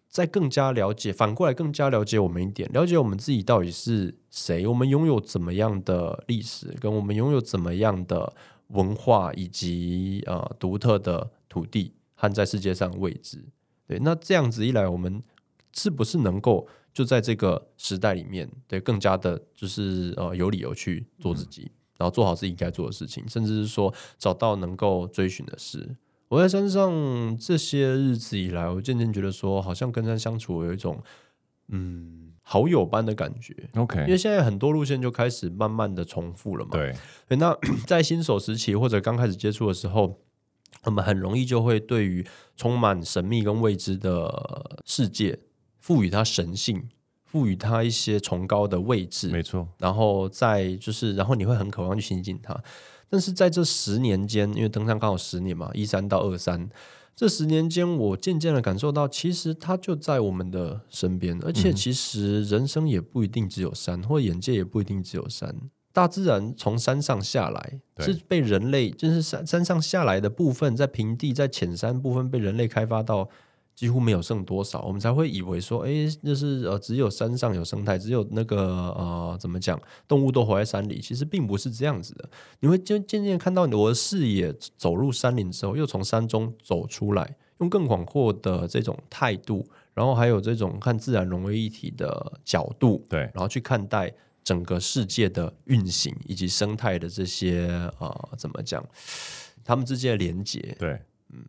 再更加了解，反过来更加了解我们一点，了解我们自己到底是谁，我们拥有怎么样的历史，跟我们拥有怎么样的文化，以及呃独特的土地和在世界上的位置。对，那这样子一来，我们是不是能够就在这个时代里面，对更加的，就是呃有理由去做自己，然后做好自己该做的事情，甚至是说找到能够追寻的事。我在山上这些日子以来，我渐渐觉得说，好像跟山相处有一种嗯好友般的感觉，因为
，OK，
现在很多路线就开始慢慢的重复了嘛。
对，
对，那 在新手时期或者刚开始接触的时候，我们很容易就会对于充满神秘跟未知的世界赋予它神性，赋予它一些崇高的位
没
置，
错，
然后再就是，然后你会很渴望去亲近它。但是在这十年间，因为登山刚好十年嘛，一三到二三。这十年间，我渐渐的感受到，其实它就在我们的身边，而且其实人生也不一定只有山，或眼界也不一定只有山。大自然从山上下来，
对
是被人类就是山山上下来的部分，在平地在浅山部分被人类开发到几乎没有剩多少，我们才会以为说，诶，就是呃，只有山上有生态，只有那个呃，怎么讲，动物都活在山里，其实并不是这样子的。你会渐渐渐看到我的视野走入山林之后，又从山中走出来，用更广阔的这种态度，然后还有这种看自然融为一体的角度，
对，
然后去看待整个世界的运行以及生态的这些呃，怎么讲，他们之间的连接。
对，嗯，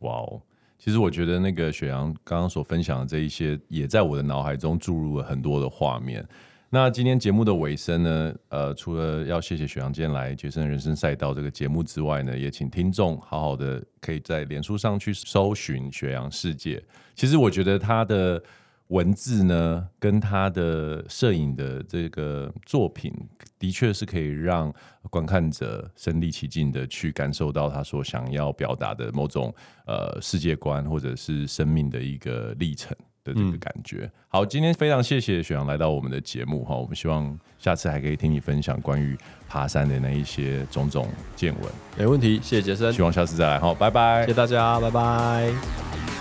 哇哦！其实我觉得那个雪阳刚刚所分享的这一些，也在我的脑海中注入了很多的画面。那今天节目的尾声呢，呃，除了要谢谢雪阳今天来《杰森人生赛道》这个节目之外呢，也请听众好好的可以在脸书上去搜寻雪阳世界。其实我觉得他的文字呢，跟他的摄影的这个作品，的确是可以让呃观看者身临其境的去感受到他所想要表达的某种呃世界观或者是生命的一个历程的这个感觉。好，今天非常谢谢雪阳来到我们的节目哈，我们希望下次还可以听你分享关于爬山的那一些种种见闻。
没问题，谢谢杰森，
希望下次再来哈，拜拜
谢谢。大家，拜拜。